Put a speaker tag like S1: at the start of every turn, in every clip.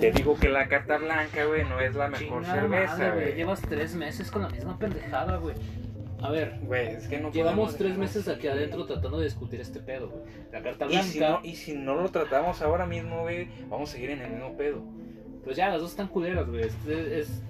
S1: Te digo que la carta blanca, güey, no es la mejor
S2: Chingada
S1: cerveza,
S2: madre,
S1: güey.
S2: Llevas tres meses con la misma pendejada, güey. A ver,
S1: Güey, es que no
S2: llevamos
S1: podemos
S2: tres
S1: dejar-
S2: meses aquí adentro tratando de discutir este pedo, güey. La carta
S1: Y
S2: blanca,
S1: si, no, y si no lo tratamos ahora mismo, güey, vamos a seguir en el mismo pedo.
S2: pues ya, las dos están culeras, güey. Es, es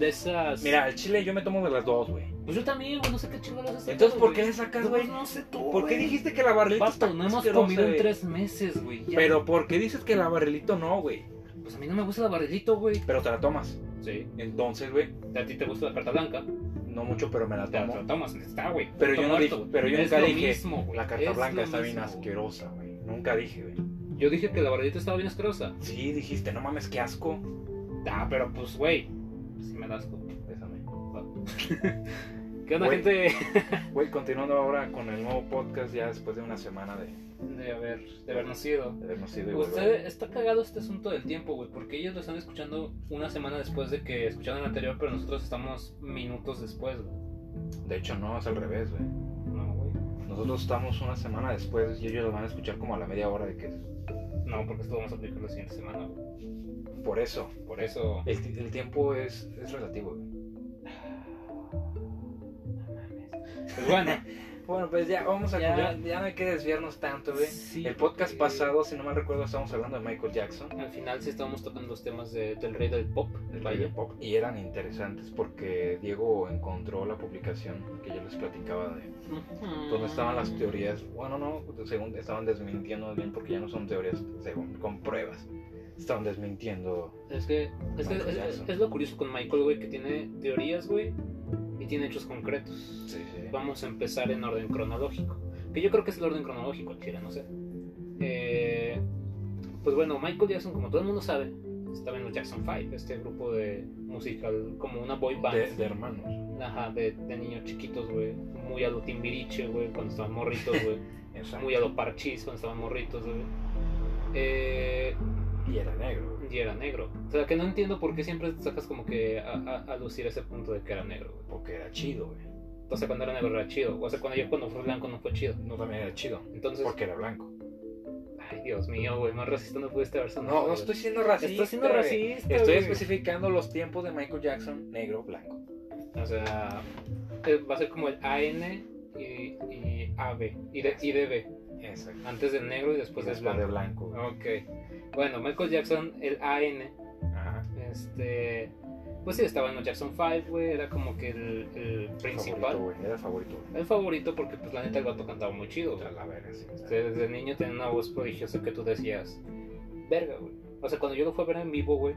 S2: de esas.
S1: Mira, al chile yo me tomo de las dos, güey.
S2: Pues yo también, güey, no sé qué chingados haces.
S1: Entonces, ¿por qué le sacas,
S2: No,
S1: güey?
S2: no sé tú.
S1: ¿Por qué
S2: güey.
S1: dijiste que la barrilita
S2: Vato,
S1: está
S2: no hemos
S1: asquerosa,
S2: comido en
S1: güey?
S2: tres meses, güey. ya.
S1: Pero ¿por qué dices que la barrilito no, güey?
S2: Pues a mí no me gusta la barrilito, güey.
S1: Pero te la tomas.
S2: Sí.
S1: Entonces, güey,
S2: A ti te gusta la carta blanca.
S1: no mucho, pero me la
S2: Te
S1: tomo.
S2: la tomas, está, güey.
S1: Pero
S2: Está
S1: yo no
S2: muerto,
S1: dije-
S2: güey.
S1: pero yo
S2: Es
S1: nunca
S2: lo
S1: dije,
S2: mismo, güey.
S1: La carta
S2: Es lo
S1: blanca está bien
S2: mismo, güey.
S1: asquerosa, güey. Nunca dije, güey.
S2: Yo dije que la barrilita estaba bien asquerosa.
S1: Sí, dijiste, no mames, qué asco.
S2: Ah, pero pues, güey. Si me das
S1: Bésame.
S2: ¿Qué onda,
S1: Güey.
S2: gente?
S1: Güey, continuando ahora con el nuevo podcast, ya después de una semana de,
S2: De haber, de habernos ido.
S1: de habernos ido y volver.
S2: Usted está cagado este asunto del tiempo, güey, porque ellos lo están escuchando una semana después de que escucharon el anterior, pero nosotros estamos minutos después, güey.
S1: De hecho, no, es al revés, güey.
S2: No, güey.
S1: Nosotros estamos una semana después y ellos lo van a escuchar como a la media hora de que...
S2: No, porque esto lo vamos a aplicar la siguiente semana, güey.
S1: Por eso,
S2: Por eso.
S1: el, ti- el tiempo es, es relativo, güey.
S2: Pues bueno,
S1: Bueno, pues ya vamos a...
S2: Ya.
S1: Ya, ya no hay que desviarnos tanto, güey.
S2: sí,
S1: El podcast
S2: porque
S1: pasado, si no mal recuerdo, estábamos hablando de Michael Jackson,
S2: Al final sí estábamos tocando los temas de- del rey del pop,
S1: el
S2: el
S1: rey del
S2: valle.
S1: pop, y eran interesantes porque Diego encontró la publicación que yo les platicaba de donde estaban las teorías. Bueno, no, según estaban desmintiendo más bien porque ya no son teorías, según con pruebas. Estaban desmintiendo.
S2: Es que es, que-
S1: Michael
S2: es-
S1: Jackson.
S2: es lo curioso con Michael, güey, que tiene teorías, güey, y tiene hechos concretos.
S1: Sí, sí.
S2: Vamos a empezar en orden cronológico. Que yo creo que es el orden cronológico, al chile, no sé. Eh, pues bueno, Michael Jackson, como todo el mundo sabe, estaba en los Jackson 5, este grupo de musical, como una boy band.
S1: De, de hermanos.
S2: Ajá, de, de niños chiquitos, güey. Muy a lo timbiriche, güey, cuando estaban morritos, güey.
S1: Exacto.
S2: Muy a lo parchís cuando estaban morritos, güey. Eh,
S1: Y era negro.
S2: y era negro. O sea, que no entiendo por qué siempre sacas como que a, a- a lucir ese punto de que era negro, güey.
S1: Porque era chido, güey.
S2: Entonces cuando era negro era chido. O sea, cuando yo cuando fue blanco no fue chido.
S1: No también era chido.
S2: Entonces,
S1: Porque era blanco.
S2: ay Dios mío, güey, más racista no pudiste haber sonado.
S1: No, no
S2: güey.
S1: estoy siendo racista.
S2: Estás siendo
S1: güey.
S2: racista.
S1: Estoy
S2: güey.
S1: especificando los tiempos de Michael Jackson, negro, blanco.
S2: O sea, eh, va a ser como el AN y, y AB. Y, de, y DB.
S1: Exacto.
S2: Antes del negro y
S1: Pues
S2: después del
S1: es de
S2: blanco.
S1: blanco. güey.
S2: Ok. Bueno, Michael Jackson, el AN,
S1: Ajá.
S2: este. Pues sí, estaba en los Jackson 5, güey. Era como que el, el principal.
S1: Favorito, güey. Era favorito, güey.
S2: El favorito porque, pues, la neta, el vato cantaba muy chido, güey.
S1: A la verga, sí.
S2: O sea, desde niño tenía una voz prodigiosa que tú decías, verga, güey. O sea, cuando yo lo fui a ver en vivo, güey,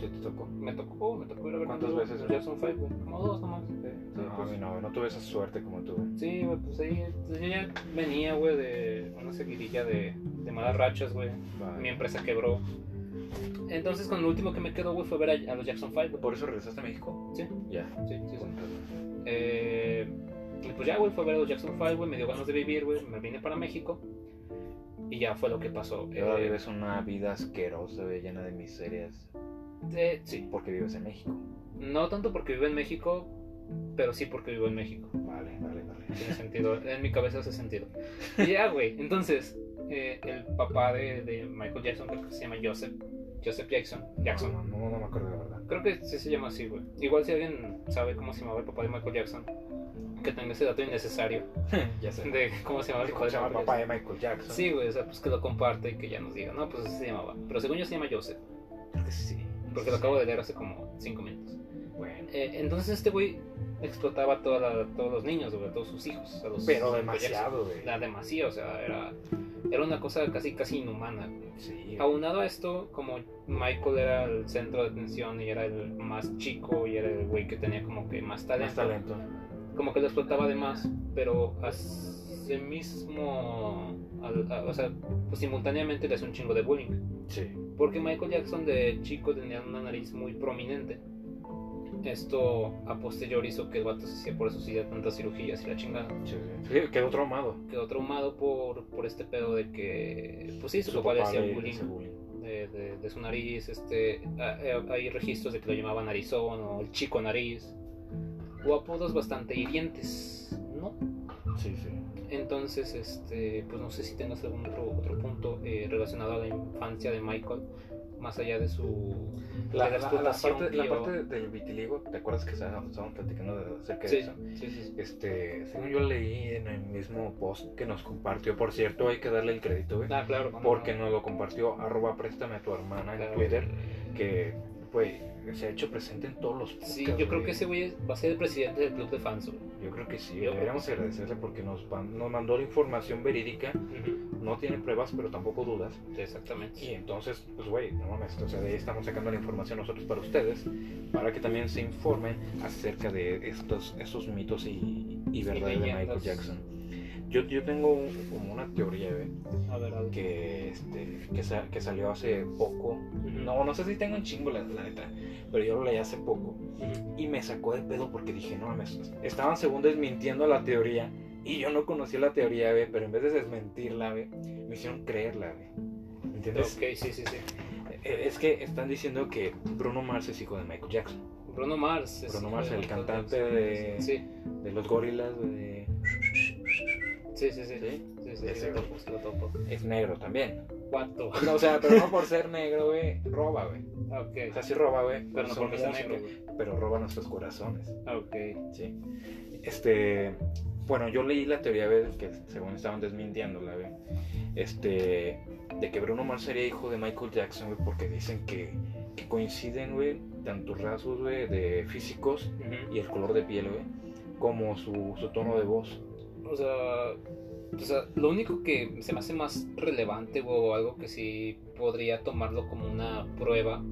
S1: ¿Sí te tocó?
S2: me tocó, oh, me tocó ir a ver
S1: ¿Cuántas veces, güey?
S2: Ya son five, güey. Como dos nomás. Sí,
S1: No, a
S2: pues,
S1: mí no, no tuve esa suerte como tú. güey.
S2: sí, güey, pues ahí. entonces yo ya venía, güey, de una seguidilla de, de malas rachas, güey.
S1: Va.
S2: Mi empresa quebró. Entonces, con lo último que me quedó, güey, fue ver a, a los Jackson Five, güey.
S1: ¿Por eso regresaste a México?
S2: Sí.
S1: Ya.
S2: Sí, sí, sí. Eh, y pues ya, güey, fue a ver a los Jackson Five, güey. Me dio ganas de vivir, güey. Me vine para México. Y ya fue lo que pasó.
S1: Y ahora
S2: Eh,
S1: vives una vida asquerosa, güey, llena de miserias,
S2: eh, sí.
S1: porque vives en México.
S2: No tanto porque vivo en México, pero sí porque vivo en México.
S1: Vale, vale, vale.
S2: Tiene sentido, en mi cabeza hace sentido. Y ya, güey. Entonces, eh, el papá de, de Michael Jackson, creo que se llama Joseph. Joseph Jackson. Jackson.
S1: No, no, no, no me acuerdo de verdad.
S2: Creo que sí se llama así, güey. Igual si alguien sabe cómo se llamaba el papá de Michael Jackson, que tenga ese dato innecesario
S1: ya sé.
S2: de cómo se llamaba el
S1: ¿Cómo
S2: papá
S1: se llama
S2: de
S1: el
S2: Michael
S1: papá
S2: Jackson.
S1: de Michael Jackson?
S2: Sí, güey, o sea, pues que lo comparte y que ya nos diga. No, pues así se llamaba. Pero según yo se llama Joseph,
S1: Creo que sí.
S2: porque lo acabo de leer hace como 5 minutos.
S1: Bueno.
S2: Eh, entonces este güey explotaba a toda la- todos los niños, güey, a todos sus hijos. a los-
S1: Pero demasiado, güey.
S2: Era demasiado, o sea, era, era una cosa casi casi inhumana. güey.
S1: Sí.
S2: Aunado a esto, como Michael era el centro de atención y era el más chico y era el güey que tenía como que más talento,
S1: Más talento.
S2: como que lo explotaba de más, pero así mismo, al- a- o sea, pues simultáneamente le hacía un chingo de bullying.
S1: Sí.
S2: Porque Michael Jackson de chico tenía una nariz muy prominente. Esto a posteriori hizo que el vato se hiciera por eso se hiciera tantas cirugías y la chingada.
S1: Sí, sí. Sí, quedó traumado.
S2: Quedó traumado por, por este pedo de que, pues sí, su,
S1: Su
S2: papá, le
S1: le
S2: hacía
S1: hizo
S2: bullying
S1: bullying.
S2: de, de- de su nariz. Este, a- a- hay registros de que lo llamaban narizón o el chico nariz. O apodos bastante hirientes, ¿no?
S1: Sí, sí.
S2: Entonces, este, pues no sé si tengas algún otro, otro punto eh, relacionado a la infancia de Michael, más allá de su...
S1: La, la-
S2: de
S1: la
S2: explotación
S1: parte, la
S2: bio-
S1: parte del vitiligo, ¿te acuerdas que estábamos estábamos platicando de- acerca de
S2: Sí,
S1: eso?
S2: sí, sí, sí.
S1: Este, según yo leí en el mismo post que nos compartió, por cierto, hay que darle el crédito, güey,
S2: Ah, claro. cómo
S1: porque
S2: no.
S1: nos lo compartió arroba préstame a tu hermana en
S2: Claro.
S1: Twitter, que, güey, se ha hecho presente en todos los
S2: Sí,
S1: podcasts,
S2: yo creo
S1: güey.
S2: que ese güey va a ser el presidente del club de fans. güey.
S1: Yo creo que sí,
S2: Yo-
S1: deberíamos agradecerle porque nos, van- nos mandó la información verídica, no tiene pruebas, pero tampoco dudas.
S2: Exactamente.
S1: Y entonces, pues güey, no mames, o sea, de ahí estamos sacando la información nosotros para ustedes, para que también se informen acerca de estos, estos mitos y, y verdades de Michael
S2: leyendas.
S1: Jackson. Yo, yo tengo un- como una teoría, güey,
S2: A ver, a ver.
S1: que, este, que, sa- que salió hace poco.
S2: Ujú.
S1: No, no sé si tengo un chingo, la, la neta, pero yo lo leí hace poco
S2: Ujú.
S1: y me sacó de pedo porque dije, no mames, estaban según desmintiendo la teoría y yo no conocía la teoría, güey, pero en vez de desmentirla, güey, me hicieron creerla, güey. ¿Entiendes?
S2: Ok, sí, sí, sí.
S1: Eh, Es que están diciendo que Bruno Mars es hijo de Michael Jackson,
S2: Bruno Mars. es
S1: Bruno
S2: hijo
S1: Mars,
S2: de
S1: el
S2: Michael
S1: cantante
S2: Jackson.
S1: de-
S2: Sí,
S1: de los gorilas, de...
S2: sí, sí. sí.
S1: ¿sí?
S2: Sí, sí,
S1: Ese,
S2: sí, lo topo, sí, lo topo.
S1: Es negro también.
S2: Cuatro.
S1: No, o sea, pero no por ser negro, güey, roba, güey.
S2: Ok.
S1: O sea, sí roba, güey,
S2: Pero no
S1: son
S2: porque sea
S1: música,
S2: negro, güey.
S1: Pero roba nuestros corazones,
S2: Ah, Ok.
S1: ¿sí? Este... Bueno, yo leí la teoría, güey, que según estaban desmintiéndola, güey. Este... De que Bruno Mars sería hijo de Michael Jackson, güey, porque dicen que, que coinciden, güey, tanto rasgos, güey, de físicos
S2: Ujú.
S1: y el color de piel, güey, como su, su tono de voz.
S2: O sea, o sea, lo único que se me hace más relevante güey, o algo que sí podría tomarlo como una prueba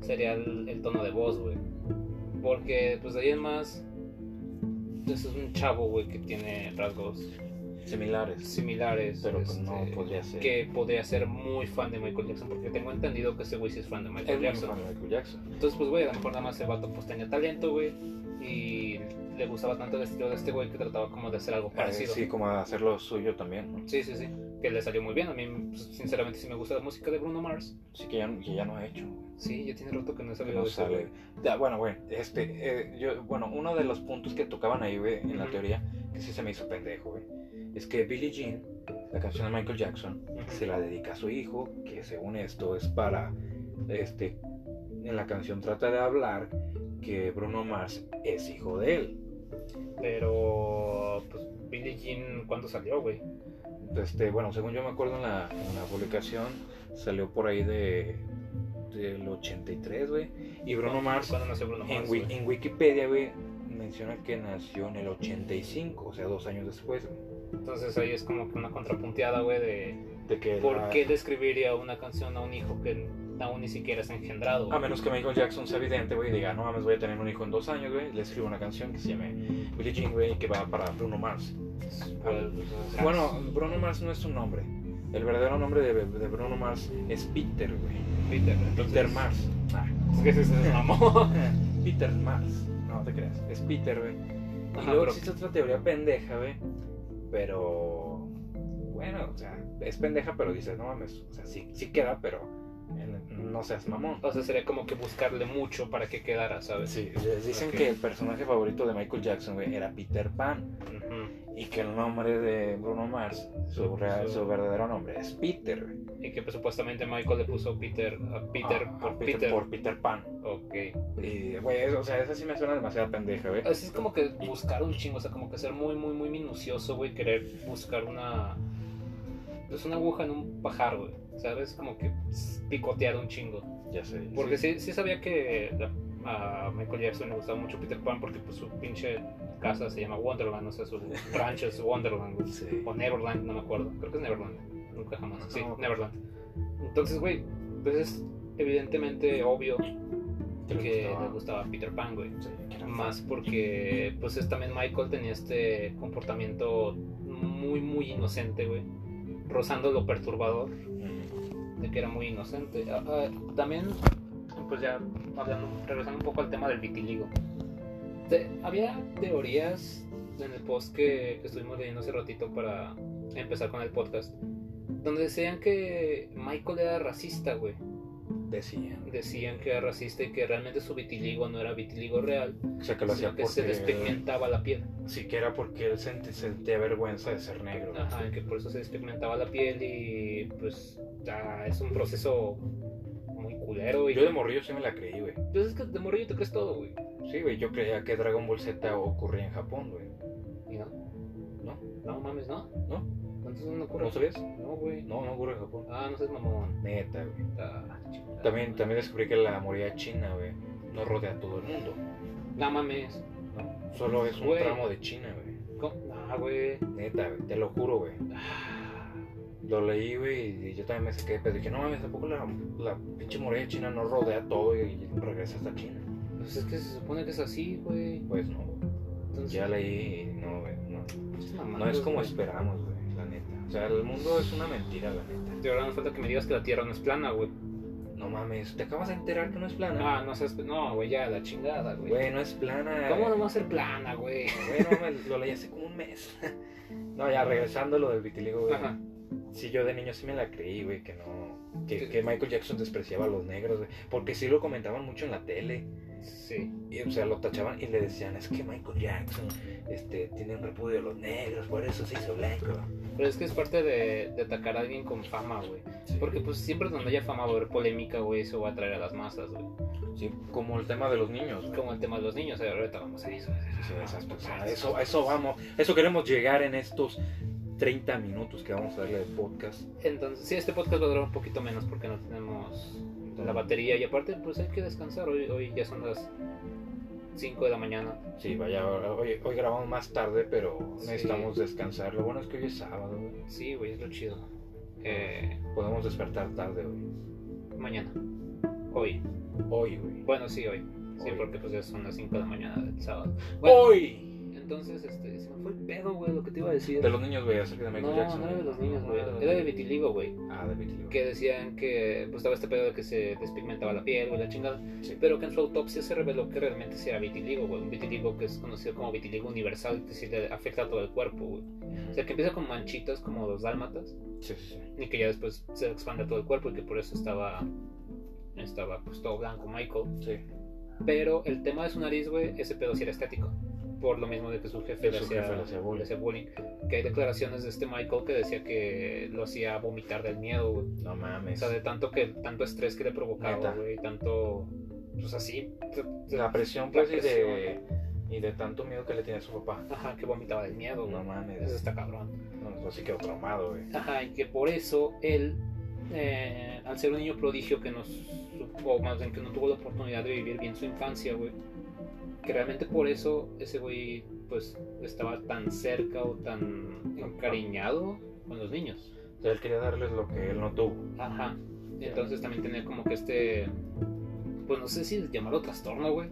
S2: sería el, el tono de voz, güey. Porque, pues de ahí en más, pues, es un chavo, güey, que tiene rasgos
S1: Similares.
S2: similares.
S1: Pero pues,
S2: este,
S1: no podría ser.
S2: Que podría ser muy fan de Michael Jackson, porque tengo entendido que ese güey sí es fan de
S1: Es
S2: Michael
S1: muy
S2: Jackson.
S1: fan de Michael Jackson.
S2: Entonces, pues, güey, a lo mejor nada más el vato pues tenía talento, güey. Y le gustaba tanto el estilo de este güey que trataba como de hacer algo
S1: Así
S2: parecido.
S1: Eh, sí, como hacerlo suyo también, ¿no?
S2: Sí, sí, sí. Que le salió muy bien. A mí, pues, sinceramente, sí me gusta la música de Bruno Mars.
S1: Así que ya, que ya no ha hecho.
S2: Sí, ya tiene rato que no he
S1: que
S2: sabido
S1: no
S2: de ese
S1: sale.
S2: güey.
S1: Ya, bueno, güey, este, eh, yo, bueno, uno de los puntos que tocaban ahí, güey, en la
S2: Ujú.
S1: teoría, que sí se me hizo pendejo, güey, es que Billie Jean, la canción de Michael Jackson,
S2: Ujú.
S1: se la dedica a su hijo, que según esto es para, este, en la canción trata de hablar que Bruno Mars es hijo de él.
S2: Pero, pues, Billie Jean, ¿cuándo salió, güey?
S1: Este, bueno, según yo me acuerdo en la, en la publicación, salió por ahí de del 83, güey. Y Bruno Mars
S2: ¿Cuándo nació Bruno Mars?
S1: en, Wi-
S2: güey?
S1: en Wikipedia, güey, menciona que nació en el 85, o sea, dos años después, güey.
S2: Entonces ahí es como que una contrapunteada, güey, de
S1: De que
S2: por
S1: la-
S2: qué le escribiría una canción a un hijo que aún ni siquiera es engendrado.
S1: A
S2: güey?
S1: menos que Michael Jackson sea evidente, güey, y diga, no mames, voy a tener un hijo en dos años, güey. Le escribo una canción que se llame Billie Jean, güey, que va para Bruno Mars.
S2: Pues, o sea,
S1: Bueno, Bruno Mars no es su nombre. El verdadero nombre de, de Bruno Mars es Peter, güey.
S2: Peter, entonces-
S1: Peter Mars. Ah.
S2: Es que ese se mamó.
S1: Eh. Peter Mars. No te creas. Es Peter, güey. Y
S2: Ajá,
S1: luego
S2: pero-
S1: existe otra teoría pendeja, güey. Pero. Bueno, o sea, es pendeja, pero dices, no mames. O sea, sí, sí queda, pero en- no seas mamón.
S2: Entonces sería como que buscarle mucho para que quedara, ¿sabes?
S1: Sí, les dicen
S2: Ok.
S1: que el personaje favorito de Michael Jackson, güey, era Peter Pan.
S2: Ujú.
S1: Y que el nombre de Bruno Mars, su, real-
S2: Sí.
S1: su verdadero nombre, es Peter, güey.
S2: Y que pues, supuestamente Michael le puso Peter a Peter
S1: Ah,
S2: por
S1: a
S2: Peter.
S1: Por Peter Pan.
S2: Ok.
S1: Y, güey, eso- o sea, esa sí me suena demasiado pendeja, güey.
S2: Así es como que buscar un chingo, o sea, como que ser muy, muy, muy minucioso, güey, querer buscar una... Pues una aguja en un pajar, güey, ¿sabes? Como que pss, picotear un chingo.
S1: Ya sé.
S2: Porque sí, sí sabía que la- a Michael Jackson le gustaba mucho Peter Pan porque pues su pinche casa se llama Wonderland, o sea, su rancho es Wonderland, güey.
S1: Sí.
S2: O Neverland, no me acuerdo. Creo que es Neverland. Nunca jamás. Sí,
S1: No.
S2: Neverland. Entonces, güey, pues es evidentemente obvio
S1: Que le
S2: que
S1: gustaba.
S2: le gustaba Peter Pan, güey.
S1: Sí, que era
S2: Más porque, pues es también Michael tenía este comportamiento muy, muy inocente, güey. Rozando lo perturbador,
S1: Ujú.
S2: de que era muy inocente. Ah, ah, también, pues ya, hablando, regresando un poco al tema del vitiligo. Te- había teorías en el post que, que estuvimos leyendo hace ratito para empezar con el podcast, donde decían que Michael era racista, güey.
S1: Decían.
S2: decían que era racista y que realmente su vitiligo no era vitiligo real,
S1: O sea, que lo hacía
S2: sino que se
S1: porque.
S2: despigmentaba la piel.
S1: Siquiera porque él sent- sentía vergüenza de ser negro.
S2: Ajá, que por eso se despigmentaba la piel y pues ya es un proceso muy culero. Y
S1: Yo de morrillo sí me la creí, güey.
S2: Pues es que de morrillo te crees todo, güey.
S1: Sí, güey, yo creía que Dragon Ball Z ocurría en Japón, güey.
S2: Y no,
S1: ¿No?
S2: no mames, no.
S1: ¿No?
S2: Entonces no ocurre.
S1: ¿No sabías?
S2: No, güey.
S1: No, no ocurre en Japón.
S2: Ah, no seas mamón.
S1: Neta, güey.
S2: Ah, chingada
S1: También,
S2: madre.
S1: también descubrí que la moría china, güey, no rodea a todo el mundo.
S2: No mames.
S1: ¿no? Solo es un
S2: Güey.
S1: tramo de China, güey.
S2: ¿Cómo? Ah, güey.
S1: Neta, güey, te lo juro, güey.
S2: Ah,
S1: Lo leí, güey, y yo también me saqué de pedo. Dije, no mames, tampoco la, la pinche muralla china no rodea todo y regresa hasta China.
S2: Pues es que se supone que es así, güey.
S1: Pues no, güey.
S2: Entonces,
S1: ya leí y no, güey, no. No es
S2: esas mamadas,
S1: como
S2: güey.
S1: esperamos, güey, la neta. O sea, el mundo es una mentira, la neta.
S2: De verdad, no falta que me digas que la tierra no es plana, güey.
S1: No mames, te acabas de enterar que no es plana.
S2: Ah, no seas. No, güey, ya, la chingada, güey.
S1: Güey, no es plana.
S2: ¿Cómo no
S1: güey.
S2: va a ser plana, güey?
S1: Güey, no mames, lo leí hace como un mes. No, ya regresando a lo del vitiligo, güey.
S2: Ajá.
S1: Sí, yo de niño sí me la creí, güey, que no.
S2: Sí.
S1: Que, que Michael Jackson despreciaba a los negros, güey. Porque sí lo comentaban mucho en la tele.
S2: Sí.
S1: Y, o sea, lo tachaban y le decían, es que Michael Jackson este, tiene un repudio a los negros, por eso se hizo blanco.
S2: Pero es que es parte de, de atacar a alguien con fama, güey. Porque pues siempre donde haya fama va a haber polémica, güey, eso va a atraer a las masas, güey.
S1: Sí, como el tema de los niños, güey.
S2: Como el tema de los niños, eh, ahorita vamos a eso.
S1: Sí, esas cosas. Ah, A Eso, a eso vamos, a eso queremos llegar en estos 30 minutos que vamos a darle de podcast.
S2: Entonces, sí, este podcast va a durar un poquito menos porque no tenemos la batería y aparte pues hay que descansar, hoy, hoy ya son las 5 de la mañana.
S1: Sí, vaya, hoy, hoy grabamos más tarde, pero
S2: Sí.
S1: necesitamos descansar. Lo bueno es que hoy es sábado, güey.
S2: Sí, güey, es lo chido. Eh,
S1: Podemos despertar tarde, güey.
S2: mañana. Hoy.
S1: Hoy, güey.
S2: Bueno, sí, hoy. Sí,
S1: Hoy.
S2: porque pues ya son las 5 de la mañana del sábado. Bueno,
S1: ¡Hoy!
S2: entonces, este, se me fue el pedo, güey, lo que te iba a decir.
S1: De los niños, güey, acerca de Michael
S2: No,
S1: Jackson.
S2: no era de
S1: güey.
S2: los niños, güey.
S1: Ah,
S2: Era de vitiligo, güey.
S1: Ah, de vitiligo.
S2: Que decían que pues estaba este pedo de que se despigmentaba la piel, güey, la chingada.
S1: Sí.
S2: Pero que en su autopsia se reveló que realmente sí era vitiligo, güey. Un vitiligo que es conocido como vitiligo universal, que sí le afecta a todo el cuerpo, güey. O sea, que empieza con manchitas como los dálmatas
S1: Sí, sí, sí.
S2: y que ya después se expande a todo el cuerpo y que por eso estaba, estaba pues todo blanco Michael.
S1: sí.
S2: Pero el tema de su nariz, güey, ese pedo sí era estético. Por lo mismo de que su jefe le
S1: Su
S2: hacía,
S1: jefe le hacía bullying.
S2: le hacía bullying. Que hay declaraciones de este Michael que decía que lo hacía vomitar del miedo, güey.
S1: No
S2: O
S1: mames.
S2: sea, de tanto, que, tanto estrés que le provocaba,
S1: Neta.
S2: güey. Tanto, pues así. t- t-
S1: La presión,
S2: la
S1: pues, y de.
S2: presión.
S1: Y de tanto miedo que le tenía a su papá.
S2: Ajá, que vomitaba del
S1: No
S2: miedo, güey. Eso
S1: mames.
S2: está cabrón.
S1: No, eso sí quedó traumado, güey.
S2: Ajá, y que por eso él, eh, al ser un niño prodigio que no supo, o más bien que no tuvo la oportunidad de vivir bien su infancia, güey, que realmente por eso ese güey, pues, estaba tan cerca o tan encariñado con los niños.
S1: O sea, él quería darles lo que él no tuvo.
S2: Ajá, entonces también tener como que este, pues no sé si llamarlo trastorno, güey,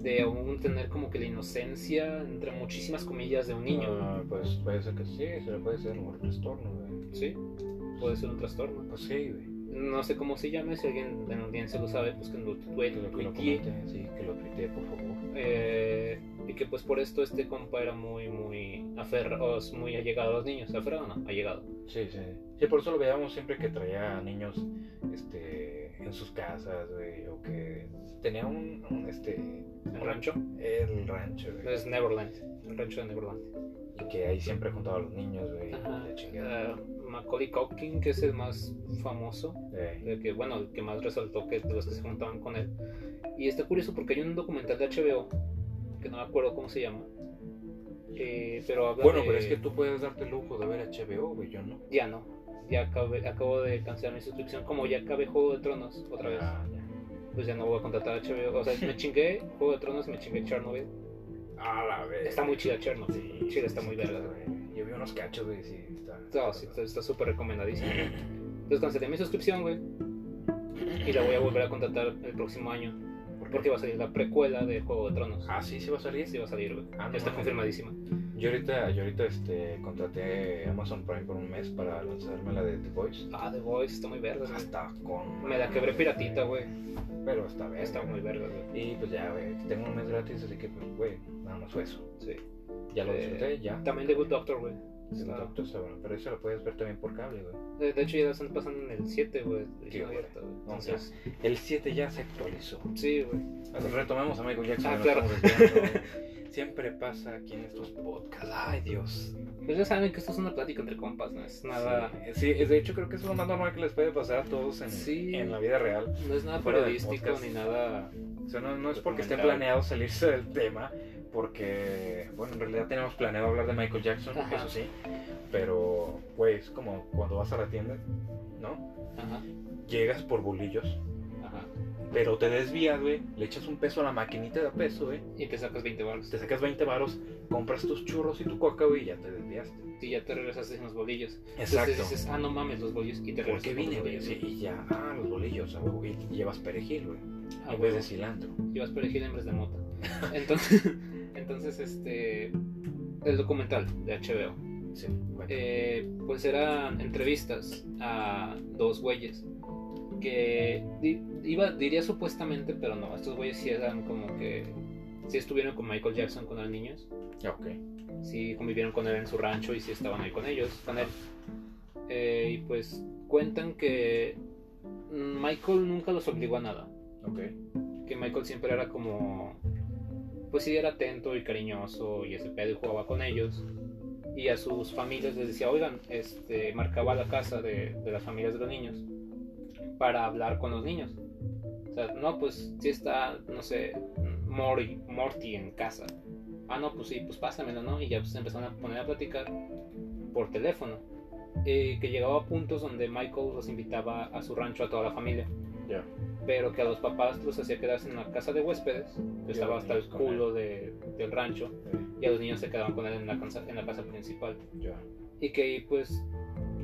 S2: de aún tener como que la inocencia, entre muchísimas comillas, de un niño,
S1: Ah, pues puede ser que sí, se le puede ser un trastorno, güey.
S2: ¿sí? Puede ser un trastorno.
S1: Pues sí, güey.
S2: no sé cómo se llame, si alguien en la audiencia lo sabe, pues que lo
S1: Que
S2: tuite-
S1: lo, que lo
S2: tuitee,
S1: comente, sí, que lo tuitee, por favor.
S2: eh, y que pues por esto este compa era muy, muy aferrado, muy allegado a los niños, aferrado no, allegado.
S1: Sí, sí. Sí, por eso lo veíamos siempre que traía niños este, en sus casas, güey, o que tenía un, un, este,
S2: El rancho
S1: el rancho, güey,
S2: es Neverland, el rancho de Neverland.
S1: y que ahí siempre juntaba a los niños, güey,
S2: Ajá.
S1: la chingada.
S2: Eh, Macaulay Culkin, que es el más famoso,
S1: Eh,
S2: el que, bueno, el que más resaltó que de los que se juntaban con él. Y está curioso porque hay un documental de HBO, que no me acuerdo cómo se llama, eh, pero habla
S1: Bueno,
S2: de-
S1: pero es que tú puedes darte el lujo de ver HBO, güey, yo no.
S2: Ya no. Ya acabé- acabo de cancelar mi suscripción. Como ya acabé Juego de Tronos otra vez,
S1: Ah, ya.
S2: pues ya no voy a contratar a HBO. O sea, me chingué Juego de Tronos, me chingué Chernobyl.
S1: A la vez.
S2: Está muy chida Chernobyl.
S1: Sí,
S2: chida, está muy verga.
S1: güey. Yo vi unos cachos, güey, sí, está.
S2: No, sí, está- está súper recomendadísimo. Entonces cancelé mi suscripción, güey. Y la voy a volver a contratar el próximo año.
S1: ¿Por qué?
S2: Porque va a salir la precuela de Juego de Tronos.
S1: Ah, sí, sí va a salir.
S2: Sí, va a salir, güey.
S1: Ah, no
S2: Ya está
S1: mames.
S2: confirmadísima.
S1: Yo ahorita, yo ahorita este, contraté Amazon Prime por un mes para lanzarme la de The Voice. Pues
S2: Ah, The Voice está muy verga, güey.
S1: Hasta con.
S2: Me la quebré piratita, güey.
S1: Pero está bien.
S2: Está muy verga, güey.
S1: Y pues ya, güey, tengo un mes gratis, así que pues, güey, nada más fue eso.
S2: Sí.
S1: Ya lo
S2: Eh,
S1: disfruté, ya.
S2: También The Good Doctor, güey.
S1: El
S2: Está-
S1: Doctor Sabrá, pero eso lo puedes ver también por cable, güey.
S2: De, de hecho, ya la están pasando en el 7, güey.
S1: Sí,
S2: Televisión
S1: güey.
S2: abierta, güey.
S1: No,
S2: Entonces,
S1: El 7 ya se actualizó.
S2: sí, güey.
S1: Retomemos a Michael Jackson.
S2: Ah,
S1: que
S2: claro.
S1: nos estamos desviando, güey. Siempre pasa aquí en estos podcasts. Ay, Dios.
S2: Pues ya saben que esto es una plática entre compas, no es nada.
S1: Sí, es- de hecho creo que es lo más normal que les puede pasar a todos en,
S2: Sí.
S1: en la vida real.
S2: No es nada
S1: Fuera del
S2: periodístico
S1: podcast.
S2: ni nada.
S1: O sea, no, no es porque esté
S2: Documental.
S1: planeado salirse del tema, porque, bueno, en realidad tenemos planeado hablar de Michael Jackson,
S2: Ajá.
S1: eso sí. Pero, güey, es como cuando vas a la tienda, ¿no?
S2: Ajá,
S1: Llegas por bolillos,
S2: ajá.
S1: pero te desvías, güey, le echas un peso a la maquinita de a peso, güey.
S2: Y te sacas 20 baros.
S1: te sacas 20 varos, compras tus churros y tu coca, güey, y ya te desviaste.
S2: Y ya te regresaste en los bolillos.
S1: Exacto.
S2: Entonces dices, ah, no mames, los bolillos. Y te
S1: ¿Por
S2: regresas
S1: qué
S2: con
S1: vine,
S2: los
S1: güey?
S2: bolillos.
S1: Sí, y ya, ah, los bolillos, ah, güey, y llevas perejil, güey,
S2: Ah,
S1: en
S2: güey.
S1: vez de cilantro.
S2: Llevas perejil en vez de mota. Entonces, entonces este. El documental de HBO.
S1: Sí, bueno.
S2: eh, pues eran entrevistas a dos güeyes que di- iba diría supuestamente pero no estos güeyes sí eran como que sí estuvieron con Michael Jackson cuando eran niños
S1: Ya, ok.
S2: sí convivieron con él en su rancho y sí estaban ahí con ellos con él Eh, y pues cuentan que mm, Michael nunca los obligó a nada
S1: Ok.
S2: que Michael siempre era como pues sí era atento y cariñoso y ese pedo y jugaba con ellos y a sus familias les decía oigan este marcaba la casa de, de las familias de los niños para hablar con los niños o sea no pues sí está no sé Mori, Morty en casa ah no pues sí pues pásamelo no y ya pues empezaron a poner a platicar por teléfono Eh, que llegaba a puntos donde Michael los invitaba a su rancho a toda la familia
S1: Ya.
S2: pero que a los papás los hacía quedarse en la casa de huéspedes, que estaba
S1: los
S2: hasta el
S1: niños con
S2: culo de- del rancho,
S1: eh,
S2: y a los niños se quedaban con él en la, casa- en la casa principal.
S1: ya.
S2: Y que ahí pues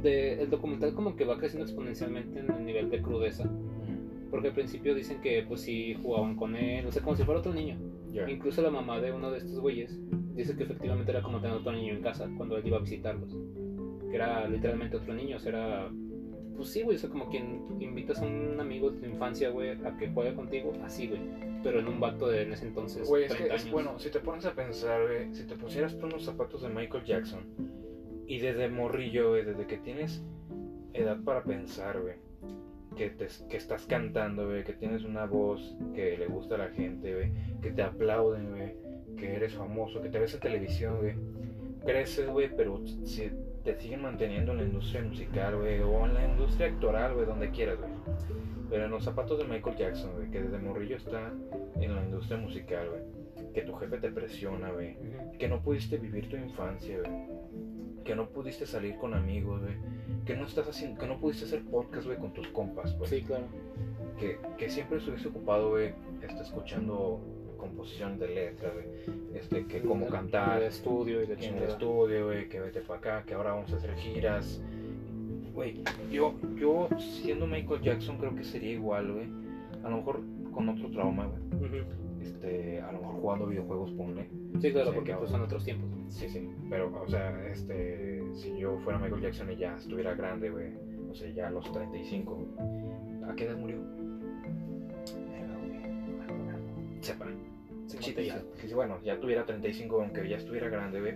S2: de- el documental como que va creciendo exponencialmente en el nivel de crudeza,
S1: Ujú.
S2: porque al principio dicen que pues sí jugaban con él, o sea, como si fuera otro niño.
S1: Ya.
S2: Incluso la mamá de uno de estos güeyes dice que efectivamente era como tener otro niño en casa cuando él iba a visitarlos. Que era literalmente otro niño, o sea, era... Pues sí, güey, o sea, como quien invitas a un amigo de tu infancia, güey, a que juegue contigo, así, güey. Pero en un vato de en ese entonces,
S1: Güey, es
S2: 30
S1: que es-
S2: años.
S1: bueno, si te pones a pensar, güey, si te pusieras tú en los zapatos de Michael Jackson y desde morrillo, güey, desde que tienes edad para pensar, güey, que, te, que estás cantando, güey, que tienes una voz que le gusta a la gente, güey, que te aplauden, güey, que eres famoso, que te ves en televisión, güey, creces, güey, pero si te siguen manteniendo en la industria musical, güey, o en la industria actoral, güey, donde quieras, güey. Pero en los zapatos de Michael Jackson, güey, que desde morrillo está en la industria musical, güey. Que tu jefe te presiona, güey.
S2: Ujú.
S1: Que no pudiste vivir tu infancia, güey. Que no pudiste salir con amigos, güey. Que no estás haciendo, que no pudiste hacer podcast, güey, con tus compas, pues. güey.
S2: Sí, claro.
S1: Que, que siempre estuviste ocupado, güey, este, escuchando composición de letra, güey. Este, que cómo
S2: El-
S1: cantar
S2: El estudio y la
S1: en el
S2: chingada.
S1: estudio, güey, que vete para acá, que ahora vamos a hacer giras. Güey, yo, yo siendo Michael Jackson creo que sería igual, güey. A lo mejor con otro trauma, güey
S2: Ujú.
S1: este, a lo mejor jugando videojuegos, ponle.
S2: Sí, claro,
S1: Sí,
S2: porque
S1: claro.
S2: pues son otros tiempos.
S1: Sí, sí. Pero, o sea, este, si yo fuera Michael Jackson y ya estuviera grande, güey, o sea, ya a los 35, güey, ¿a qué edad murió? Sepa.
S2: Cincuenta y algo.
S1: Sí, sí, Bueno, ya tuviera 35, aunque ya estuviera grande, güey.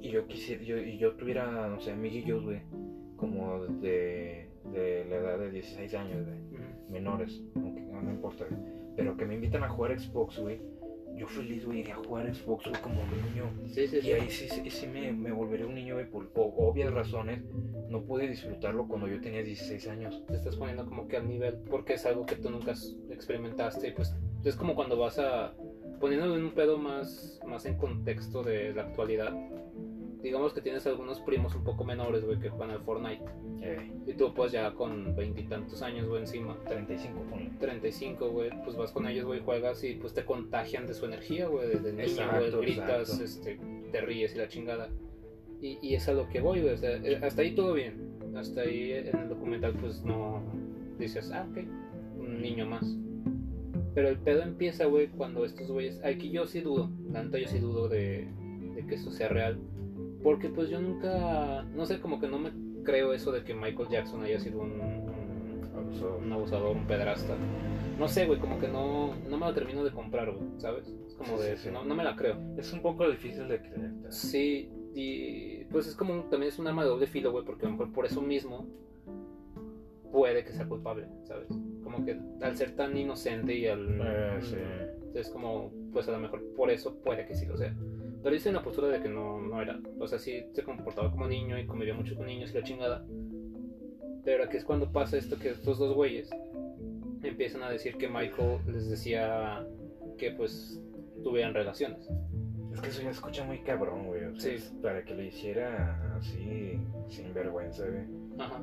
S1: Y yo quisiera, yo, y yo tuviera, no sé, amiguillos, güey, como de, de la edad de 16 años, güey
S2: Ujú.
S1: menores, aunque no, no importa, güey. pero que me invitan a jugar Xbox, güey. Yo feliz, güey, iría a jugar Xbox, güey, como niño.
S2: Sí, sí,
S1: Y
S2: sí.
S1: ahí sí, sí, sí me, me volveré un niño, güey, por, por obvias razones. No pude disfrutarlo cuando yo tenía 16 años.
S2: te estás poniendo como que al nivel porque es algo que tú nunca has- experimentaste y pues es como cuando vas a poniéndolo en un pedo más más en contexto de la actualidad digamos que tienes algunos primos un poco menores güey que juegan al Fortnite
S1: Eh,
S2: y tú pues ya con veintitantos años güey encima
S1: 35, ponle.
S2: 35 güey pues vas con ellos güey juegas y pues te contagian de su energía güey desde niño güey
S1: Exacto,
S2: gritas
S1: exacto.
S2: este te ríes y la chingada y, y es a lo que voy güey o sea, eh, hasta ahí todo bien hasta ahí en el documental pues no dices ah ok un niño más pero el pedo empieza güey cuando estos güeyes aquí yo sí dudo tanto yo sí dudo de, de que esto sea real porque pues yo nunca no sé como que no me creo eso de que Michael Jackson haya sido un- un
S1: Abusador.
S2: un abusador, un pedrasta. No sé, güey, como que no, no me lo termino de comprar, güey, ¿sabes? Es como
S1: Sí,
S2: de,
S1: sí, sí.
S2: No, no me la creo.
S1: Es un poco difícil de creer.
S2: Sí, Y pues es como, un- también es un arma de doble filo, güey, porque a lo mejor por eso mismo puede que sea culpable, ¿sabes? Como que al ser tan inocente y al...
S1: Eh, sí.
S2: Es como, pues a lo mejor por eso puede que sí lo sea. Pero hice una postura de que no, no era. O sea, sí se comportaba como niño y convivía mucho con niños y la chingada. Pero aquí es cuando pasa esto que estos dos güeyes empiezan a decir que Michael les decía que pues tuvieran relaciones.
S1: Es que eso ya escucha muy cabrón, güey. o sea,
S2: Sí.
S1: Para que lo hiciera así, sin vergüenza, güey.
S2: Ajá.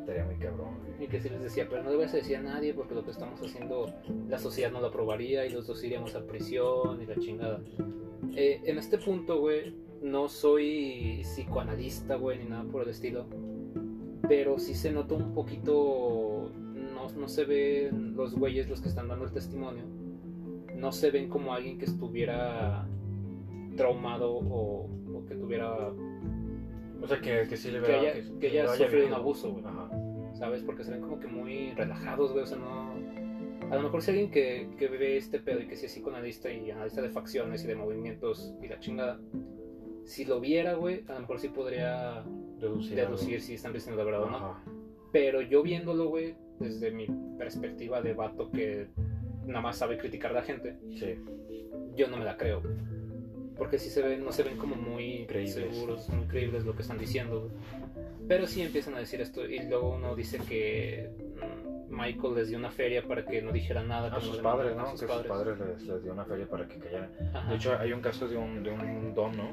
S1: Estaría muy cabrón, güey.
S2: Y que sí les decía, pero no le vayas a decir a nadie porque lo que estamos haciendo la sociedad no lo aprobaría y los dos iríamos a prisión y la chingada. Eh, en este punto, güey, no soy psicoanalista, güey, ni nada por el estilo, pero sí se nota un poquito, no, no se ven los güeyes los que están dando el testimonio, no se ven como alguien que estuviera traumado o, o que tuviera,
S1: O sea, que, que sí le
S2: que
S1: vea.
S2: haya,
S1: sí
S2: que haya
S1: lo
S2: sufrido un
S1: vivido.
S2: abuso, güey.
S1: Ajá.
S2: ¿sabes? Porque se ven como que muy relajados, güey, o sea, no... A lo mejor si alguien que, que ve este pedo y que sí es psicoanalista y analista de facciones y de movimientos y la chingada, si lo viera, güey, a lo mejor sí podría
S1: Deducir. algo.
S2: deducir si están diciendo la verdad o no.
S1: Ajá.
S2: Pero yo viéndolo, güey, desde mi perspectiva de vato que nada más sabe criticar a la gente,
S1: Sí.
S2: yo no me la creo, güey. Porque sí se ven, no se ven como muy
S1: Creíbles.
S2: seguros, muy creíbles lo que están diciendo, güey. Pero sí empiezan a decir esto y luego uno dice que mm, Michael les dio una feria para que no dijeran nada.
S1: A
S2: que no
S1: sus
S2: le
S1: padres,
S2: mandaran
S1: ¿no?
S2: a
S1: que sus padres les, les dio una feria para que callaran.
S2: Ajá.
S1: De hecho, hay un caso de un, de un don, ¿no?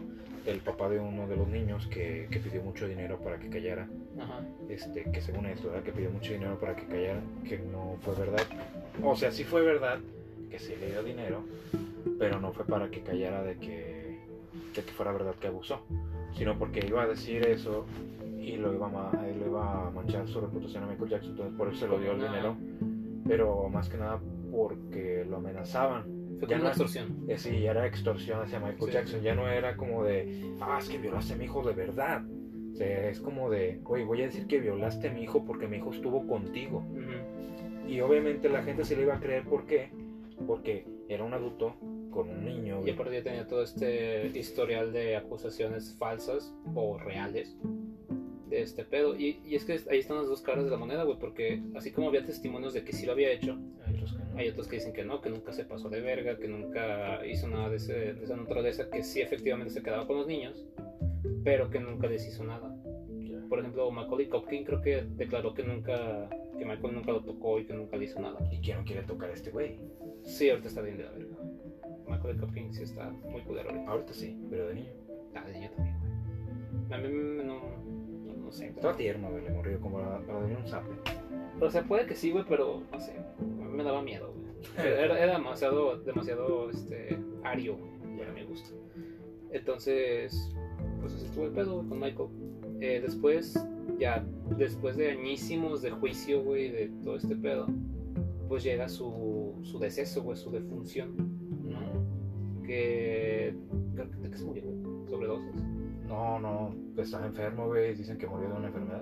S1: El papá de uno de los niños que, que pidió mucho dinero para que callara.
S2: Ajá.
S1: Este, que según esto, ¿verdad? Que pidió mucho dinero para que callara, que no fue verdad. O sea, sí fue verdad que sí le dio dinero, pero no fue para que callara de que, de que fuera verdad que abusó, sino porque iba a decir eso y lo iba a, ma- él lo iba a manchar su reputación a Michael Jackson, entonces por eso se lo dio el
S2: Ah.
S1: dinero, pero más que nada porque lo amenazaban. Ya
S2: Fue como
S1: no-
S2: una extorsión.
S1: Eh, Sí, ya era extorsión hacia Michael
S2: Sí.
S1: Jackson, ya no era como de, ah, es que violaste a mi hijo de verdad. O sea, es como de, oye, voy a decir que violaste a mi hijo porque mi hijo estuvo contigo.
S2: Ujú.
S1: Y obviamente la gente se le iba a creer, ¿por qué? Porque era un adulto con un niño.
S2: Y
S1: güey.
S2: aparte ya tenía todo este historial de acusaciones falsas o reales de este pedo. Y, y es que ahí están las dos caras de la moneda, güey, porque así como había testimonios de que sí lo había hecho,
S1: Hay otros que no.
S2: Hay otros que dicen que no, que nunca se pasó de verga, que nunca hizo nada de, ese- de esa naturaleza, que sí efectivamente se quedaba con los niños, pero que nunca les hizo nada.
S1: Ya.
S2: Por ejemplo, Macaulay Culkin creo que declaró que nunca, que Michael nunca lo tocó y que nunca le hizo nada.
S1: ¿Y quién no quiere tocar a este güey?
S2: Sí, ahorita está bien de la verga. Macaulay Culkin sí está muy culero ahorita.
S1: Ahorita sí, pero de niño.
S2: Ah, yo también, güey. A mí me- no, no, no sé.
S1: Estaba tierno, güey, le morrió como para darle un zape.
S2: O sea, puede que sí, güey, pero no sé, me daba miedo, güey. Era, era demasiado, demasiado, este, ario, güey, para mi gusto. Entonces, pues así estuvo el pedo güey, con Michael. Eh, después, ya, después de añísimos de juicio, güey, de todo este pedo, pues llega su, su deceso, güey, su defunción,
S1: No,
S2: que creo que, que se murió, güey, sobredosis.
S1: no, no, estaba enfermo, güey, dicen que murió de una enfermedad.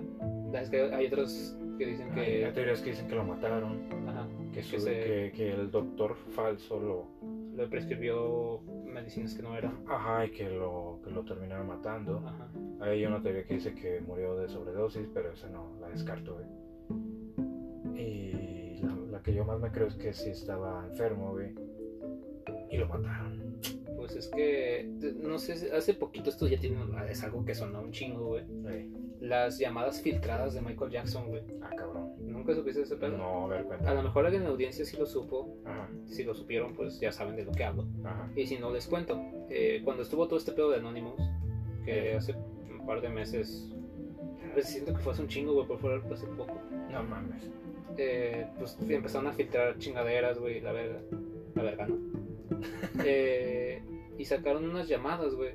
S2: Ah, Es que hay otros que dicen
S1: Que... Hay,
S2: que...
S1: hay teorías que dicen que lo mataron.
S2: ajá,
S1: que, su-
S2: se-
S1: que- que el doctor falso lo
S2: le prescribió medicinas que no eran.
S1: ajá y que lo que lo terminaron matando
S2: Ajá.
S1: hay una teoría que dice que murió de sobredosis pero esa no la descarto güey. y la, la que yo más me creo es que sí estaba enfermo güey y lo mataron
S2: Pues es que, no sé, hace poquito esto ya tiene, es algo que sonó un chingo, güey.
S1: Ey,
S2: Las llamadas filtradas de Michael Jackson, güey.
S1: ah cabrón
S2: ¿Nunca supiste ese pedo?
S1: no a ver cuenta
S2: A lo mejor alguien en la audiencia sí lo supo.
S1: ajá
S2: Si lo supieron, pues ya saben de lo que hablo.
S1: ajá
S2: Y si no, les cuento. Eh, cuando estuvo todo este pedo de Anonymous, que
S1: Eh.
S2: hace un par de meses... a veces Siento que fue hace un chingo, güey, por favor, hace poco.
S1: no mames
S2: eh, pues empezaron a filtrar chingaderas, güey, la verga. La verga, ¿no? Eh, y sacaron unas llamadas, güey.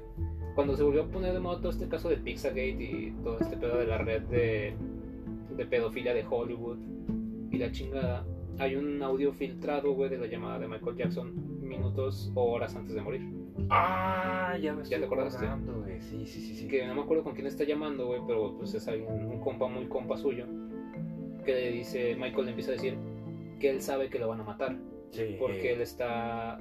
S2: Cuando se volvió a poner de moda todo este caso de Pizzagate y todo este pedo de la red de, de pedofilia de Hollywood y la chingada, hay un audio filtrado, güey, de la llamada de Michael Jackson minutos o horas antes de morir.
S1: ah ya me
S2: ¿Ya
S1: estoy
S2: te acordaste?
S1: acordando, güey sí sí sí sí
S2: que no me acuerdo con quién está llamando, güey, pero pues es alguien, un compa muy compa suyo, que le dice, Michael le empieza a decir que él sabe que lo van a matar,
S1: sí
S2: porque
S1: eh,
S2: él está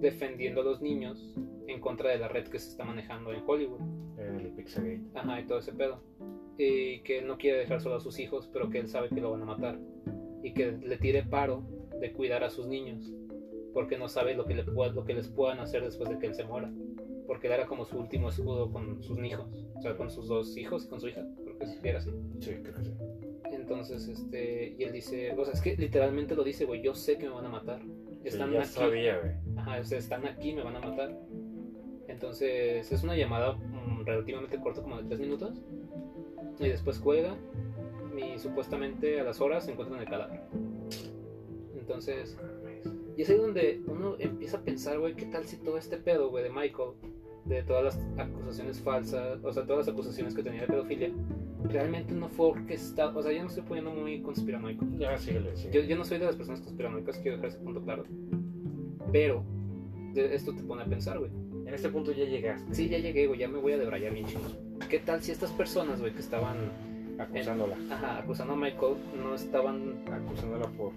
S2: defendiendo a los niños en contra de la red que se está manejando en Hollywood.
S1: eh, Pizzagate.
S2: Ajá, y todo ese pedo. Y que él no quiere dejar solo a sus hijos, pero que él sabe que lo van a matar. Y que le tire paro de cuidar a sus niños, porque no sabe lo que, le pueda- lo que les puedan hacer después de que él se muera. Porque él era como su último escudo con sus hijos, o sea, con sus dos hijos y con su hija, creo que era así.
S1: Sí, creo que sí.
S2: Entonces, este, y él dice, o sea, es que literalmente lo dice, güey, yo sé que me van a matar. Están
S1: sí ya
S2: aquí.
S1: sabía, güey.
S2: Ajá, o sea, están aquí, me van a matar. Entonces es una llamada mm, relativamente corta, como de tres minutos. Y después cuelga. Y supuestamente a las horas se encuentran el cadáver. Entonces, y es ahí donde uno empieza a pensar, güey, ¿qué tal si todo este pedo, güey, de Michael, de todas las acusaciones falsas, o sea, todas las acusaciones que tenía de pedofilia, realmente no fue orquestado? O sea, yo no estoy poniendo muy conspiranoico.
S1: Ya, síguele, síguele.
S2: Yo, yo no soy de las personas conspiranoicas, quiero dejar ese punto claro. Pero de- esto te pone a pensar, güey.
S1: En este punto ya llegaste.
S2: Sí, ya llegué, güey, ya me voy a debrayar bien chido. ¿Qué tal si estas personas, güey, que estaban
S1: Acusándola.
S2: ajá, acusando a Michael no estaban
S1: Acusándola por.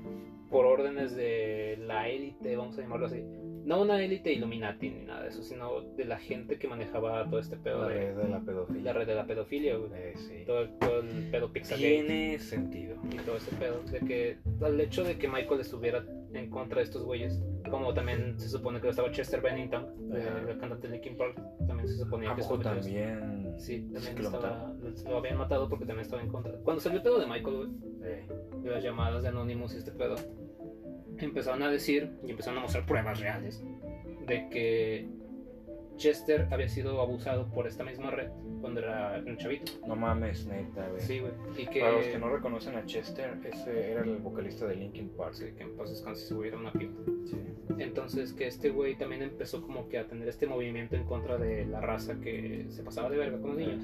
S2: por órdenes de la élite, vamos a llamarlo así? No una élite Illuminati ni nada de eso, sino de la gente que manejaba todo este pedo
S1: La
S2: de
S1: red de la pedofilia.
S2: la red de la pedofilia, güey.
S1: Eh, sí.
S2: Todo, el- todo el pedo pixel
S1: Tiene sentido.
S2: y todo ese pedo. De que al hecho de que Michael estuviera en contra de estos güeyes, como también se supone que lo estaba Chester Bennington, de-
S1: Ajá.
S2: el cantante de Linkin Park, también se suponía
S1: ¿A
S2: que
S1: poco
S2: estuvo metido.
S1: también?
S2: Sí, pues, también
S1: que lo
S2: estaba, lo, lo habían matado porque también estaba en contra. Cuando salió el pedo de Michael, güey,
S1: Eh,
S2: de las llamadas de Anonymous y este pedo, empezaron a decir y empezaron a mostrar pruebas reales de que Chester había sido abusado por esta misma red cuando era un chavito.
S1: no mames, neta, güey.
S2: Sí, güey. Y que.
S1: Para los que no reconocen a Chester, ese era el vocalista de Linkin Park.
S2: Sí, que en paz descanse se hubiera una piel.
S1: Sí.
S2: Entonces que este güey también empezó como que a tener este movimiento en contra de la raza que se pasaba de verga con los niños.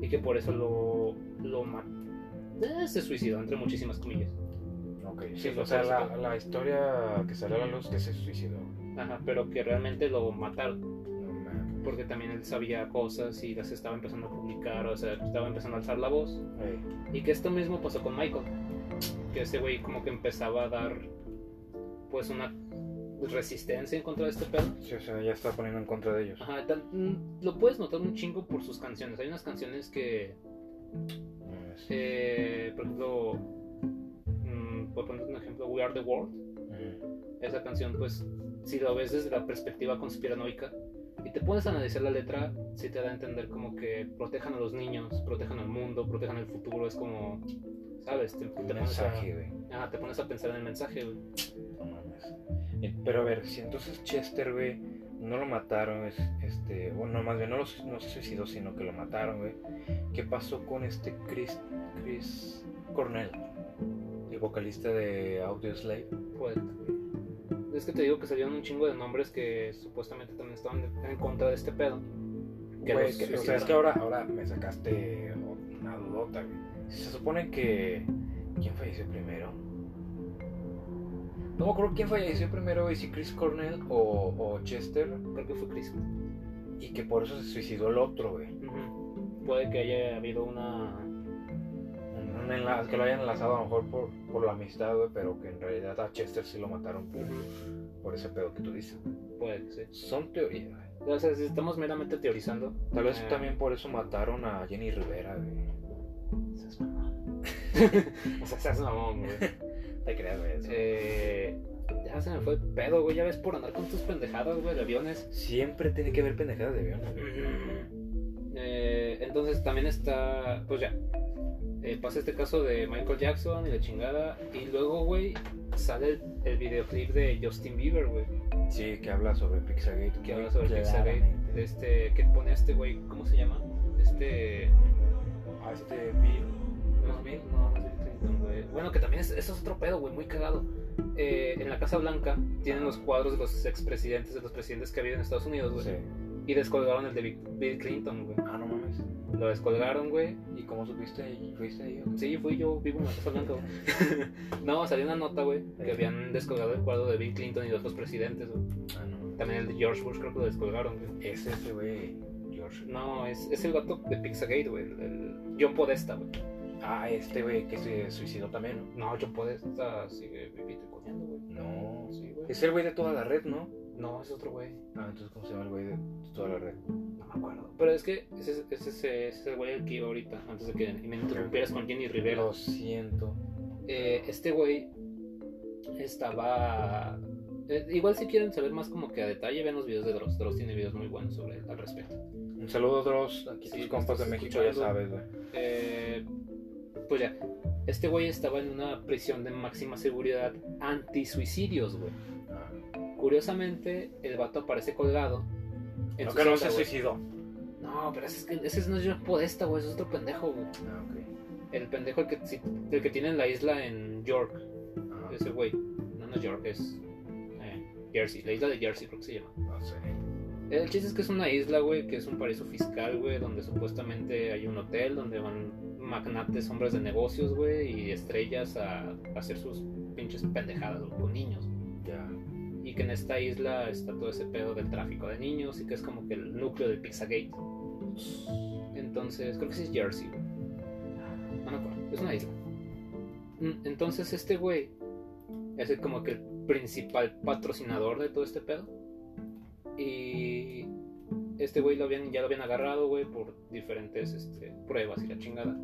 S2: Y que por eso lo, lo ma- eh, se suicidó, entre muchísimas comillas.
S1: Ok,
S2: Sí,
S1: sí,
S2: lo
S1: o sea, la,
S2: conozco.
S1: la historia que salió a la luz que se suicidó.
S2: Ajá, pero que realmente lo mataron.
S1: No mames.
S2: Porque también él sabía cosas y las estaba empezando a publicar, o sea, estaba empezando a alzar la voz.
S1: Eh,
S2: Y que esto mismo pasó con Michael. Que ese güey como que empezaba a dar pues una resistencia en contra de este pedo.
S1: sí, o sea, ya está poniendo en contra de ellos.
S2: Ajá, tal- mm, lo puedes notar un chingo por sus canciones. Hay unas canciones que,
S1: Eh, sí.
S2: eh, por ejemplo, mm, por poner un ejemplo, We Are the World.
S1: Mm.
S2: Esa canción, pues, si lo ves desde la perspectiva conspiranoica y te pones a analizar la letra, sí te da a entender como que protejan a los niños, protejan al mundo, protejan el futuro. Es como, ¿sabes? Te, te
S1: Un
S2: pones, a,
S1: mensaje, güey.
S2: ajá, te pones a pensar en el mensaje. güey.
S1: No mames. Eh, Pero a ver, si entonces Chester, güey, no lo mataron, es, este, bueno, más bien no, lo, su- no se suicidó, sino que lo mataron, güey. ¿Qué pasó con este Chris, Chris Cornell, el vocalista de Audioslave?
S2: Pues, es que te digo que salieron un chingo de nombres que supuestamente también estaban de- en contra de este pedo. Que
S1: Güey,
S2: los
S1: que- o sea,
S2: suicidaron.
S1: es que ahora, ahora me sacaste una dudota, güey. Se supone que. ¿Quién falleció primero? No me acuerdo quién falleció primero, güey, si Chris Cornell o, o Chester,
S2: Creo que fue Chris.
S1: y que por eso se suicidó el otro, güey.
S2: Puede que haya habido una.
S1: Un- un enla- que lo hayan enlazado a lo mejor por, por la amistad, güey, pero que en realidad a Chester sí lo mataron por, por ese pedo que tú dices.
S2: Puede que sí.
S1: Son teorías, güey.
S2: O sea, si estamos meramente teorizando.
S1: Tal vez
S2: eh,
S1: también por eso mataron a Jenny Rivera, güey.
S2: seas mamón. o sea, seas mamón, güey.
S1: Te creas, güey. eso.
S2: Eh, ya se me fue el pedo, güey. Ya ves por andar con tus pendejadas, güey, de aviones.
S1: Siempre tiene que haber pendejadas de avión, güey.
S2: Eh, entonces también está. Pues ya. Eh, pasa este caso de Michael Jackson y la chingada. Y luego, güey, sale el, el videoclip de Justin Bieber, güey.
S1: Sí, que habla sobre Pixagate.
S2: que
S1: muy
S2: habla sobre Pixagate,
S1: claramente.
S2: de este que pone a este güey, ¿cómo se llama? Este
S1: A este Bill.
S2: no, Bill, no, no es Bill Clinton, güey. Bueno, que también es, eso es otro pedo, güey, muy cagado. Eh, en la Casa Blanca tienen los cuadros de los expresidentes, de los presidentes que ha habido en Estados Unidos, güey.
S1: Sí.
S2: Y descolgaron el de Bill- Bill Clinton, güey.
S1: Ah, no mames.
S2: Lo descolgaron, güey.
S1: ¿Y cómo supiste? ¿Y ¿Fuiste ahí?
S2: Sí, fui yo, vivo en la Casa Blanca, güey. no, salió una nota, güey, que
S1: Eh.
S2: habían descolgado el cuadro de Bill Clinton y de otros presidentes, güey.
S1: Ah, no.
S2: También el de George Bush creo que lo descolgaron, güey.
S1: Es ese güey, George.
S2: No, es, es el gato de Pixagate, güey. el- el John Podesta, güey.
S1: Ah, este güey que se suicidó también,
S2: No, John Podesta sigue vivito y coñando, güey.
S1: ¿no? No.
S2: Sí, güey.
S1: Es el güey de toda la red, ¿no?
S2: No, es otro güey.
S1: Ah, entonces, ¿cómo se llama el güey de toda la red?
S2: No me acuerdo. Pero es que ese, es- ese, es- ese es el güey al que iba ahorita, antes de que me interrumpieras con Jenny Rivera.
S1: Lo siento.
S2: Eh, este güey estaba... eh, igual si quieren saber más como que a detalle, ven los videos de Dross. Dross tiene videos muy buenos sobre al respecto.
S1: Un saludo, Dross. Aquí
S2: Sí,
S1: tus compas de
S2: estás
S1: México, ya
S2: escuchando.
S1: sabes, güey.
S2: Eh, pues ya, este güey estaba en una prisión de máxima seguridad anti-suicidios, güey.
S1: Ah.
S2: Curiosamente, el vato aparece colgado. en
S1: No,
S2: su
S1: que no
S2: celda,
S1: se
S2: güey.
S1: suicidó.
S2: No, pero ese, es que, ese no es John Podesta, güey, ese es otro pendejo, güey.
S1: Ah, ok.
S2: El pendejo el que, sí- el que tiene en la isla en York,
S1: Ah,
S2: ese güey. No, no es York, es eh, Jersey, la isla de Jersey creo que se llama.
S1: no sé.
S2: El chiste es que es una isla, güey, que es un paraíso fiscal, güey, donde supuestamente hay un hotel donde van magnates, hombres de negocios, güey, y estrellas a, a hacer sus pinches pendejadas güey, con niños.
S1: Ya.
S2: Y que en esta isla está todo ese pedo del tráfico de niños y que es como que el núcleo del Pizzagate. Entonces, creo que sí es Jersey, güey. No me acuerdo, es una isla. Mm, Entonces, este güey es el- como que el principal patrocinador de todo este pedo. Y este güey lo habían, ya lo habían agarrado, güey, por diferentes este, pruebas y la chingada.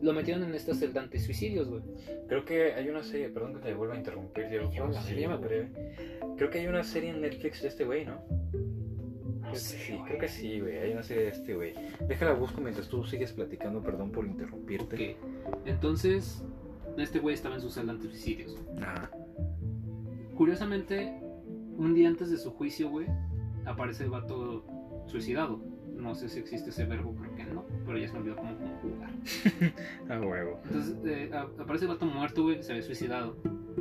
S2: Lo metieron en esta celda anti-suicidios, güey.
S1: Creo que hay una serie, perdón que te vuelva a interrumpir, Diego,
S2: Yo, la
S1: sí,
S2: serie,
S1: güey. Creo que hay una serie en Netflix de este güey, ¿no? Creo que sí, creo que sí, güey. Hay una serie de este güey. Déjala busco mientras tú sigues platicando, perdón por interrumpirte.
S2: Ok. Entonces, este güey estaba en su celda anti-suicidios.
S1: Ah,
S2: Curiosamente, un día antes de su juicio, güey, aparece el vato suicidado. No sé si existe ese verbo, creo que no, pero ya se me olvidó cómo conjugar.
S1: a Ah, huevo.
S2: Entonces, eh, a- aparece el vato muerto, güey, que se había suicidado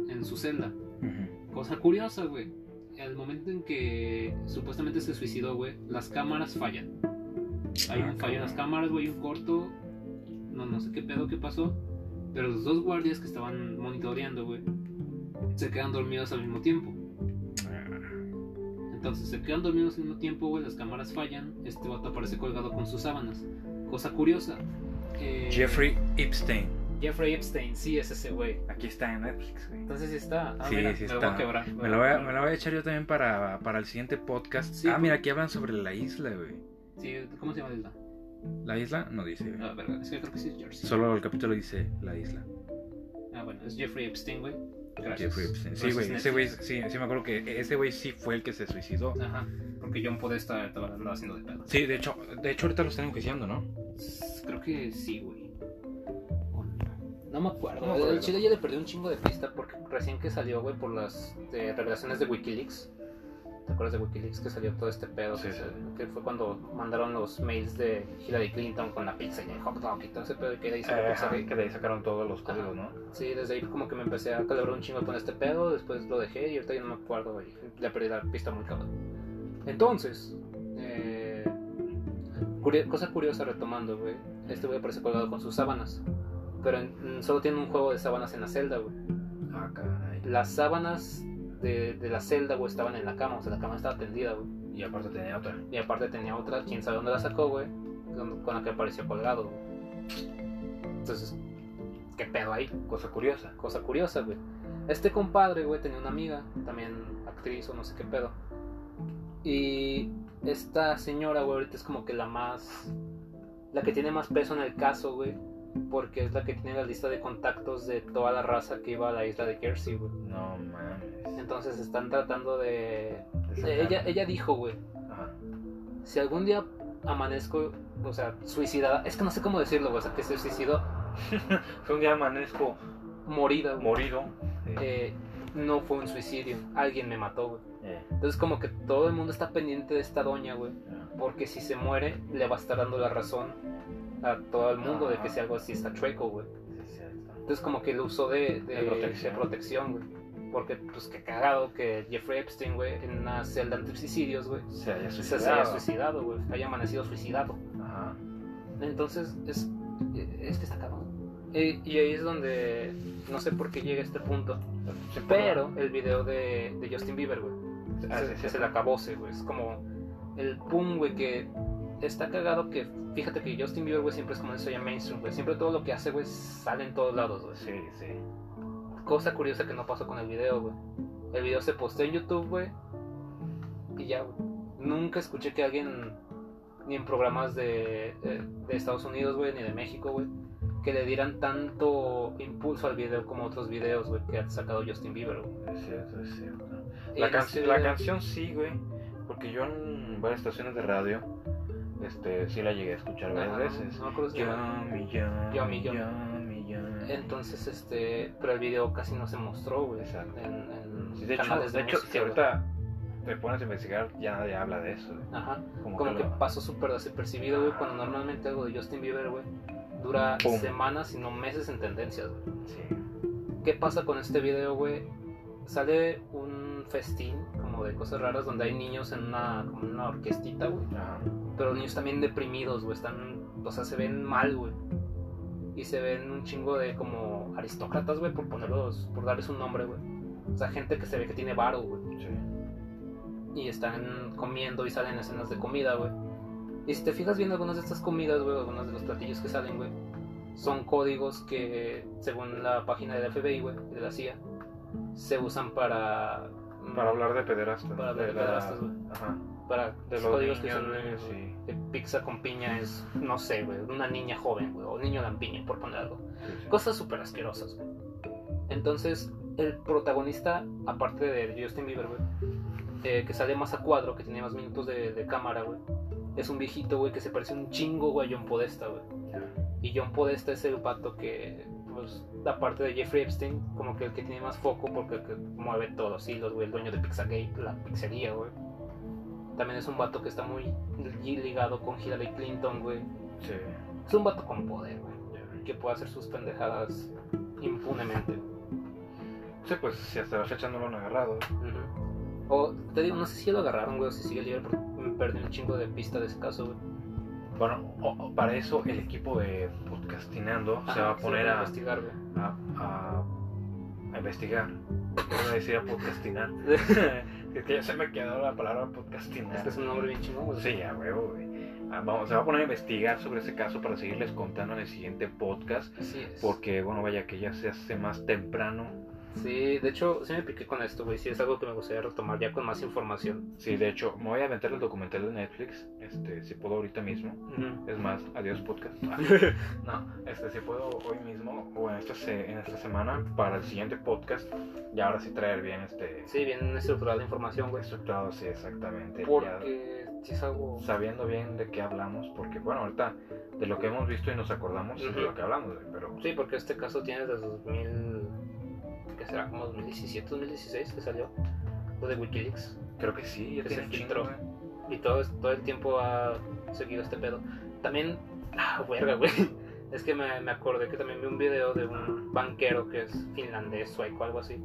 S2: en su celda.
S1: Ujú.
S2: Cosa curiosa, güey. Al momento en que supuestamente se suicidó, güey, las cámaras fallan. Hay
S1: Ah,
S2: un fallo en las
S1: cabrón.
S2: cámaras, güey, hay un corto. No, no sé qué pedo que pasó. Pero los dos guardias que estaban monitoreando, güey, se quedan dormidos al mismo tiempo.
S1: Ah,
S2: Entonces se quedan dormidos al mismo tiempo, güey, las cámaras fallan, este vato aparece colgado con sus sábanas. Cosa curiosa. eh,
S1: Jeffrey Epstein.
S2: Jeffrey Epstein, sí, es ese güey.
S1: Aquí está en Netflix, güey.
S2: Entonces sí está. Ah,
S1: Sí,
S2: mira,
S1: sí
S2: me
S1: está.
S2: voy a quebrar.
S1: Me la, voy a, me la voy a echar yo también para, para el siguiente podcast.
S2: Sí,
S1: ah,
S2: por-
S1: mira, aquí hablan sobre la isla, güey.
S2: Sí, ¿cómo se llama la isla?
S1: La isla no dice, güey.
S2: Ah, verga, es que creo que sí es Jersey.
S1: Solo el capítulo dice la isla.
S2: Ah, bueno, es Jeffrey Epstein, güey. Gracias.
S1: Jeffrey Epstein. Sí,
S2: Gracias,
S1: güey. Ese güey,
S2: Netflix.
S1: sí, sí me acuerdo que ese güey sí fue el que se suicidó.
S2: Ajá, porque John Podesta estaba andaba haciendo de pedo.
S1: Sí, de hecho, de hecho ahorita lo están enjuiciando, ¿no?
S2: Creo que sí, güey. O no. No me acuerdo.
S1: No me acuerdo.
S2: El chile yo le perdí un chingo de pista porque recién que salió, güey, por las eh, revelaciones de Wikileaks. ¿Te acuerdas de Wikileaks que salió todo este pedo?
S1: Sí,
S2: que,
S1: sí.
S2: se- que fue cuando mandaron los mails de Hillary Clinton con la pizza y el hot dog y todo ese pedo y que de ahí salió Pizzagate.
S1: que de ahí sacaron todos los
S2: códigos,
S1: ¿no?
S2: Sí, desde ahí como que me empecé a calibrar un chingo con este pedo, después lo dejé y ahorita ya no me acuerdo, güey. Le perdí la pista muy cabrón. Entonces, eh, curio- cosa curiosa retomando, güey. Este güey aparece colgado con sus sábanas, pero en- mm, solo tiene un juego de sábanas en la celda, güey.
S1: Ah, caray.
S2: Las sábanas de, de la celda, güey, estaban en la cama, o sea, la cama estaba tendida, güey.
S1: Y aparte tenía otra.
S2: Y aparte tenía otra, quién sabe dónde la sacó, güey, con con la que apareció colgado, güey. Entonces, ¿qué pedo ahí?
S1: Cosa curiosa.
S2: cosa curiosa, güey. Este compadre, güey, tenía una amiga, también actriz o no sé qué pedo. Y esta señora, güey, ahorita es como que la más. La que tiene más peso en el caso, güey. Porque es la que tiene la lista de contactos de toda la raza que iba a la isla de Jersey, güey.
S1: No mames.
S2: Entonces están tratando de.
S1: Esa
S2: Ella,
S1: cara.
S2: ella dijo, güey,
S1: Ajá.
S2: si algún día amanezco, o sea, suicidada. Es que no sé cómo decirlo, güey, o sea, que se suicidó
S1: Fue un día amanezco
S2: morida, güey.
S1: morido.
S2: Eh, no fue un suicidio, alguien me mató, güey.
S1: Eh,
S2: Entonces como que todo el mundo está pendiente de esta doña, güey.
S1: ah.
S2: Porque si se muere, le va a estar dando la razón a todo el mundo de que si algo así está chueco, güey.
S1: Sí, es cierto.
S2: Entonces como que el uso de, de-
S1: De protección.
S2: de protección, güey. Porque pues qué cagado que Jeffrey Epstein, güey, en una celda anti-suicidios, güey.
S1: Se haya
S2: Se, se haya
S1: suicidado.
S2: suicidado, güey. Haya amanecido suicidado.
S1: Ajá.
S2: Entonces es, es que está cabrón. Eh, y ahí es donde no sé por qué llega este punto.
S1: Se-
S2: Pero el video de, de Justin Bieber, güey.
S1: Ah,
S2: se,
S1: sí, sí.
S2: se le acabó, sí, güey. Es como el boom, güey, que está cagado que fíjate que Justin Bieber, güey, siempre es como eso ya mainstream, güey. Siempre todo lo que hace, güey, sale en todos lados, güey.
S1: Sí, sí.
S2: Cosa curiosa que no pasó con el video, güey. El video se posteó en YouTube, güey. y ya, güey. Nunca escuché que alguien, ni en programas de, de, de Estados Unidos, güey, ni de México, güey, que le dieran tanto impulso al video como otros videos, güey, que ha sacado Justin Bieber, güey.
S1: Es cierto, es cierto.
S2: Y
S1: La, can-
S2: este
S1: la
S2: video-
S1: canción sí, güey. Porque yo en varias estaciones de radio, este, sí la llegué a escuchar varias
S2: Ajá,
S1: veces.
S2: No pues me acuerdo
S1: Yummy,
S2: si-
S1: yummy,
S2: Yummy, yummy.
S1: yummy, yummy.
S2: Entonces, este, pero el video casi no se mostró, güey.
S1: Exacto.
S2: En, en
S1: Sí, de hecho,
S2: canales
S1: de hecho
S2: música,
S1: si
S2: güey.
S1: ahorita te pones a investigar, ya nadie habla de eso. güey.
S2: Ajá.
S1: Como,
S2: Como
S1: que,
S2: que
S1: lo-
S2: pasó súper desapercibido, güey, cuando normalmente algo de Justin Bieber, güey, dura
S1: Pum.
S2: semanas, sino meses en tendencias, güey.
S1: Sí.
S2: ¿Qué pasa con este video, güey? Sale un festín, como de cosas raras, donde hay niños en una, como en una orquestita, güey.
S1: Ajá.
S2: Pero los niños también deprimidos, güey. Están, o sea, se ven mal, güey. Y se ven un chingo de como aristócratas, güey, por ponerlos, por darles un nombre, güey. O sea, gente que se ve que tiene varo, güey.
S1: Sí.
S2: Y están comiendo y salen escenas de comida, güey. Y si te fijas bien, algunas de estas comidas, güey, algunos de los platillos que salen, güey, son códigos que, según la página del FBI, güey, de la CIA, se usan para.
S1: Para hablar de pederastas.
S2: Para hablar de
S1: la-
S2: pederastas, güey.
S1: Ajá.
S2: Para
S1: De
S2: los
S1: los
S2: códigos
S1: niños,
S2: que son.
S1: güey, sí.
S2: de pizza con piña es, no sé, güey, una niña joven, güey, o niño lampiño, por poner algo.
S1: Sí, sí.
S2: Cosas súper asquerosas, güey. Entonces, el protagonista, aparte de Justin Bieber, güey, eh, que sale más a cuadro, que tiene más minutos de, de cámara, güey, es un viejito, güey, que se parece un chingo, güey, a John Podesta, güey. Y John Podesta es el vato que, pues, aparte de Jeffrey Epstein, como que el que tiene más foco porque el que mueve todos los hilos, güey, el dueño de Pizzagate, la pizzería, güey. También es un vato que está muy li- ligado con Hillary Clinton, güey.
S1: Sí.
S2: Es un vato con poder, güey,
S1: ya.
S2: que puede hacer sus pendejadas impunemente.
S1: Sí, pues si hasta la fecha no lo han agarrado.
S2: Ujú. O, te digo, no sé si ya lo agarraron, güey, o si sigue libre, porque me perdí un chingo de pista de ese caso, güey.
S1: Bueno, o- o para eso el equipo de Podcastinando se
S2: Ajá,
S1: va a
S2: lo
S1: poner
S2: van
S1: a,
S2: Ah, investigar, güey.
S1: a, a, a investigar. Voy a decir a podcastinar. es que ya se me quedó la palabra podcastinar.
S2: Este es un nombre bien chingón, güey.
S1: Sí, ya, huevo, güey. Ah, Vamos, se va a poner a investigar sobre ese caso para seguirles contando en el siguiente podcast.
S2: Así es.
S1: Porque, bueno, vaya que ya se hace más temprano.
S2: Sí, de hecho, sí me piqué con esto, güey. Sí, es algo que me gustaría retomar ya con más información.
S1: Sí, de hecho, me voy a aventar el documental de Netflix. Este, si puedo ahorita mismo. Es más, adiós podcast. No, este, si puedo hoy mismo o en esta, se- en esta semana para el siguiente podcast, ya ahora sí traer bien este
S2: sí, bien estructurada la información, güey.
S1: estructurado, sí, exactamente. ya
S2: Porque sí es algo.
S1: sabiendo bien de qué hablamos, porque bueno, ahorita de lo que hemos visto y nos acordamos es de
S2: Ujú.
S1: lo que hablamos, güey, pero
S2: Sí, porque este caso tiene desde 2000. ¿Qué será? Como 2017, 2016 que salió. Lo de Wikileaks.
S1: creo que sí, ya
S2: Que
S1: tiene
S2: se
S1: un chingo,
S2: filtró.
S1: güey.
S2: Y todo, es- todo el tiempo ha seguido este pedo. También. Ah, huerga, güey. Es que me, me acordé que también vi un video de un banquero que es finlandés, sueco, algo así.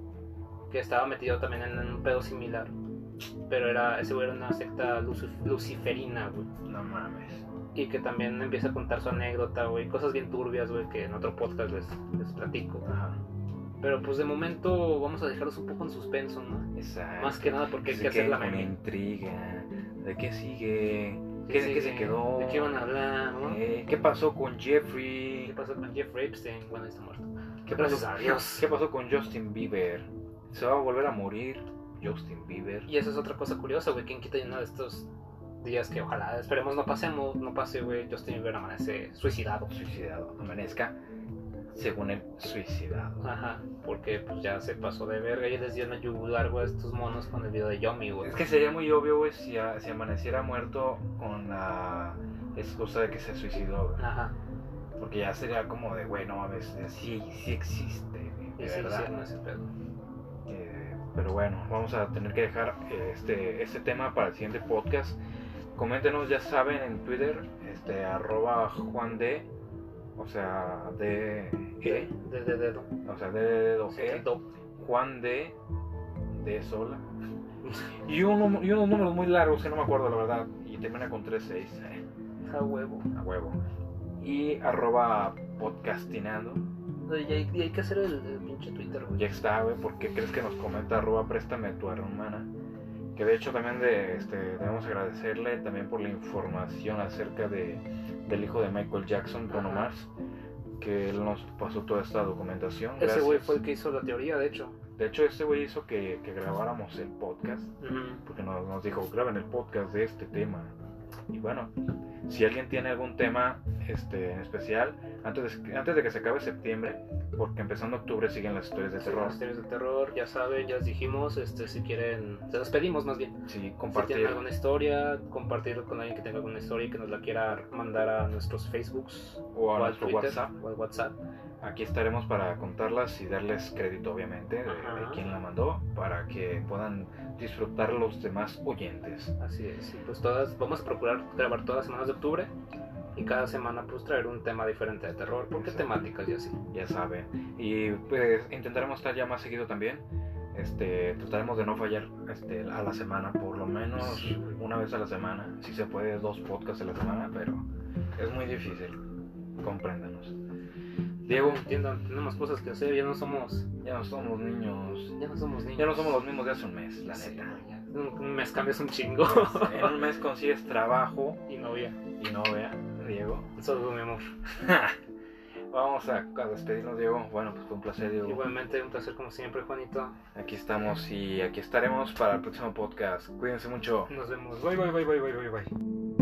S2: Que estaba metido también en un pedo similar. Pero era, ese güey era una secta lucif- luciferina, güey.
S1: No mames.
S2: y que también empieza a contar su anécdota, güey, cosas bien turbias, güey, que en otro podcast les, les platico.
S1: Ajá.
S2: Pero pues de momento vamos a dejarlos un poco en suspenso, ¿no?
S1: Exacto.
S2: Más que nada porque hay
S1: se
S2: que hacer
S1: queden
S2: la
S1: con
S2: meme.
S1: intriga. ¿De qué sigue? ¿Qué, de qué se quedó?
S2: ¿De qué van a hablar? no?
S1: Eh, ¿Qué pasó con
S2: ¿Qué
S1: Jeffrey?
S2: pasó con Jeff Epstein? Bueno, ahí está muerto.
S1: ¿Qué pasó,
S2: Gracias a Dios.
S1: ¿Qué pasó con Justin Bieber? ¿Se va a volver a morir Justin Bieber?
S2: Y eso es otra cosa curiosa, güey, ¿quién quita y en uno de estos días que ojalá esperemos no pasemos, no pase, güey, Justin Bieber amanece suicidado.
S1: Suicidado. Amanezca, según él, suicidado.
S2: Ajá, porque pues ya se pasó de verga y les dieron a yugular, güey, a estos monos con el video de Yomi, güey.
S1: Es que sería muy obvio, güey, si, a- si amaneciera muerto con la excusa de que se suicidó, güey.
S2: Ajá,
S1: Porque ya sería como de, güey, no mames, eh, sí, sí existe, güey,
S2: y
S1: de
S2: sí
S1: verdad.
S2: hicieron ese pedo.
S1: Eh, pero bueno, vamos a tener que dejar eh, este, este tema para el siguiente podcast. Coméntenos, ya saben, en Twitter, este, arroba Juan D, o sea, D, E,
S2: Desde dedo.
S1: o sea, D, D, D,
S2: Sí,
S1: E,
S2: do.
S1: Juan D, D sola. Y, uno- y unos números muy largos que no me acuerdo, la verdad, y termina con 36, eh,
S2: A huevo.
S1: a huevo. Y arroba podcastinando.
S2: Oye, Y hay, y hay que hacer el, el pinche Twitter, güey.
S1: Ya está, güey, porque crees que nos comenta arroba préstame tu hermana. Que de hecho también de, este, debemos agradecerle también por la información acerca de, del hijo de Michael Jackson, Bruno
S2: Ajá.
S1: Mars, que él nos pasó toda esta documentación.
S2: Ese
S1: Gracias.
S2: güey fue el que hizo la teoría, de hecho.
S1: De hecho, este güey hizo que, que grabáramos el podcast, porque nos, nos dijo, graben el podcast de este tema. Y bueno, si alguien tiene algún tema este, en especial, antes de, antes de que se acabe septiembre, porque empezando octubre siguen las historias de
S2: Sí,
S1: terror.
S2: las teorías de terror, ya saben, ya les dijimos, este, si quieren, se las pedimos más bien.
S1: Sí,
S2: Si tienen
S1: compartir.
S2: alguna historia, compartir con alguien que tenga alguna historia y que nos la quiera mandar a nuestros Facebooks
S1: o a
S2: al
S1: nuestro
S2: Twitter,
S1: WhatsApp.
S2: o al WhatsApp.
S1: Aquí estaremos para contarlas y darles crédito, obviamente, de, de
S2: Ajá.
S1: quién la mandó, para que puedan disfrutar los demás oyentes.
S2: Así es, y pues todas, vamos a procurar grabar todas las semanas de octubre y cada semana pues traer un tema diferente de terror, porque
S1: Exacto.
S2: temáticas y así.
S1: Ya saben. Y pues intentaremos estar ya más seguido también. Este, trataremos de no fallar este, a la semana, por lo menos
S2: Sí, güey.
S1: una vez a la semana. Si se puede, dos podcasts a la semana, pero es muy difícil. Compréndanos. Diego,
S2: entiendan, tenemos cosas que hacer, ya no somos,
S1: ya no somos niños.
S2: ya no somos niños.
S1: Ya no somos los mismos de hace un mes, la
S2: Sí,
S1: neta.
S2: ya. Un mes cambias un chingo
S1: En un mes consigues trabajo
S2: y novia.
S1: y no vea, Diego.
S2: Saludos, mi amor.
S1: Vamos a, a despedirnos, Diego. Bueno, pues fue un placer, Diego.
S2: Igualmente, un placer como siempre, Juanito.
S1: Aquí estamos y aquí estaremos para el próximo podcast. Cuídense mucho.
S2: Nos vemos. Bye, bye, bye, bye, bye, bye, bye.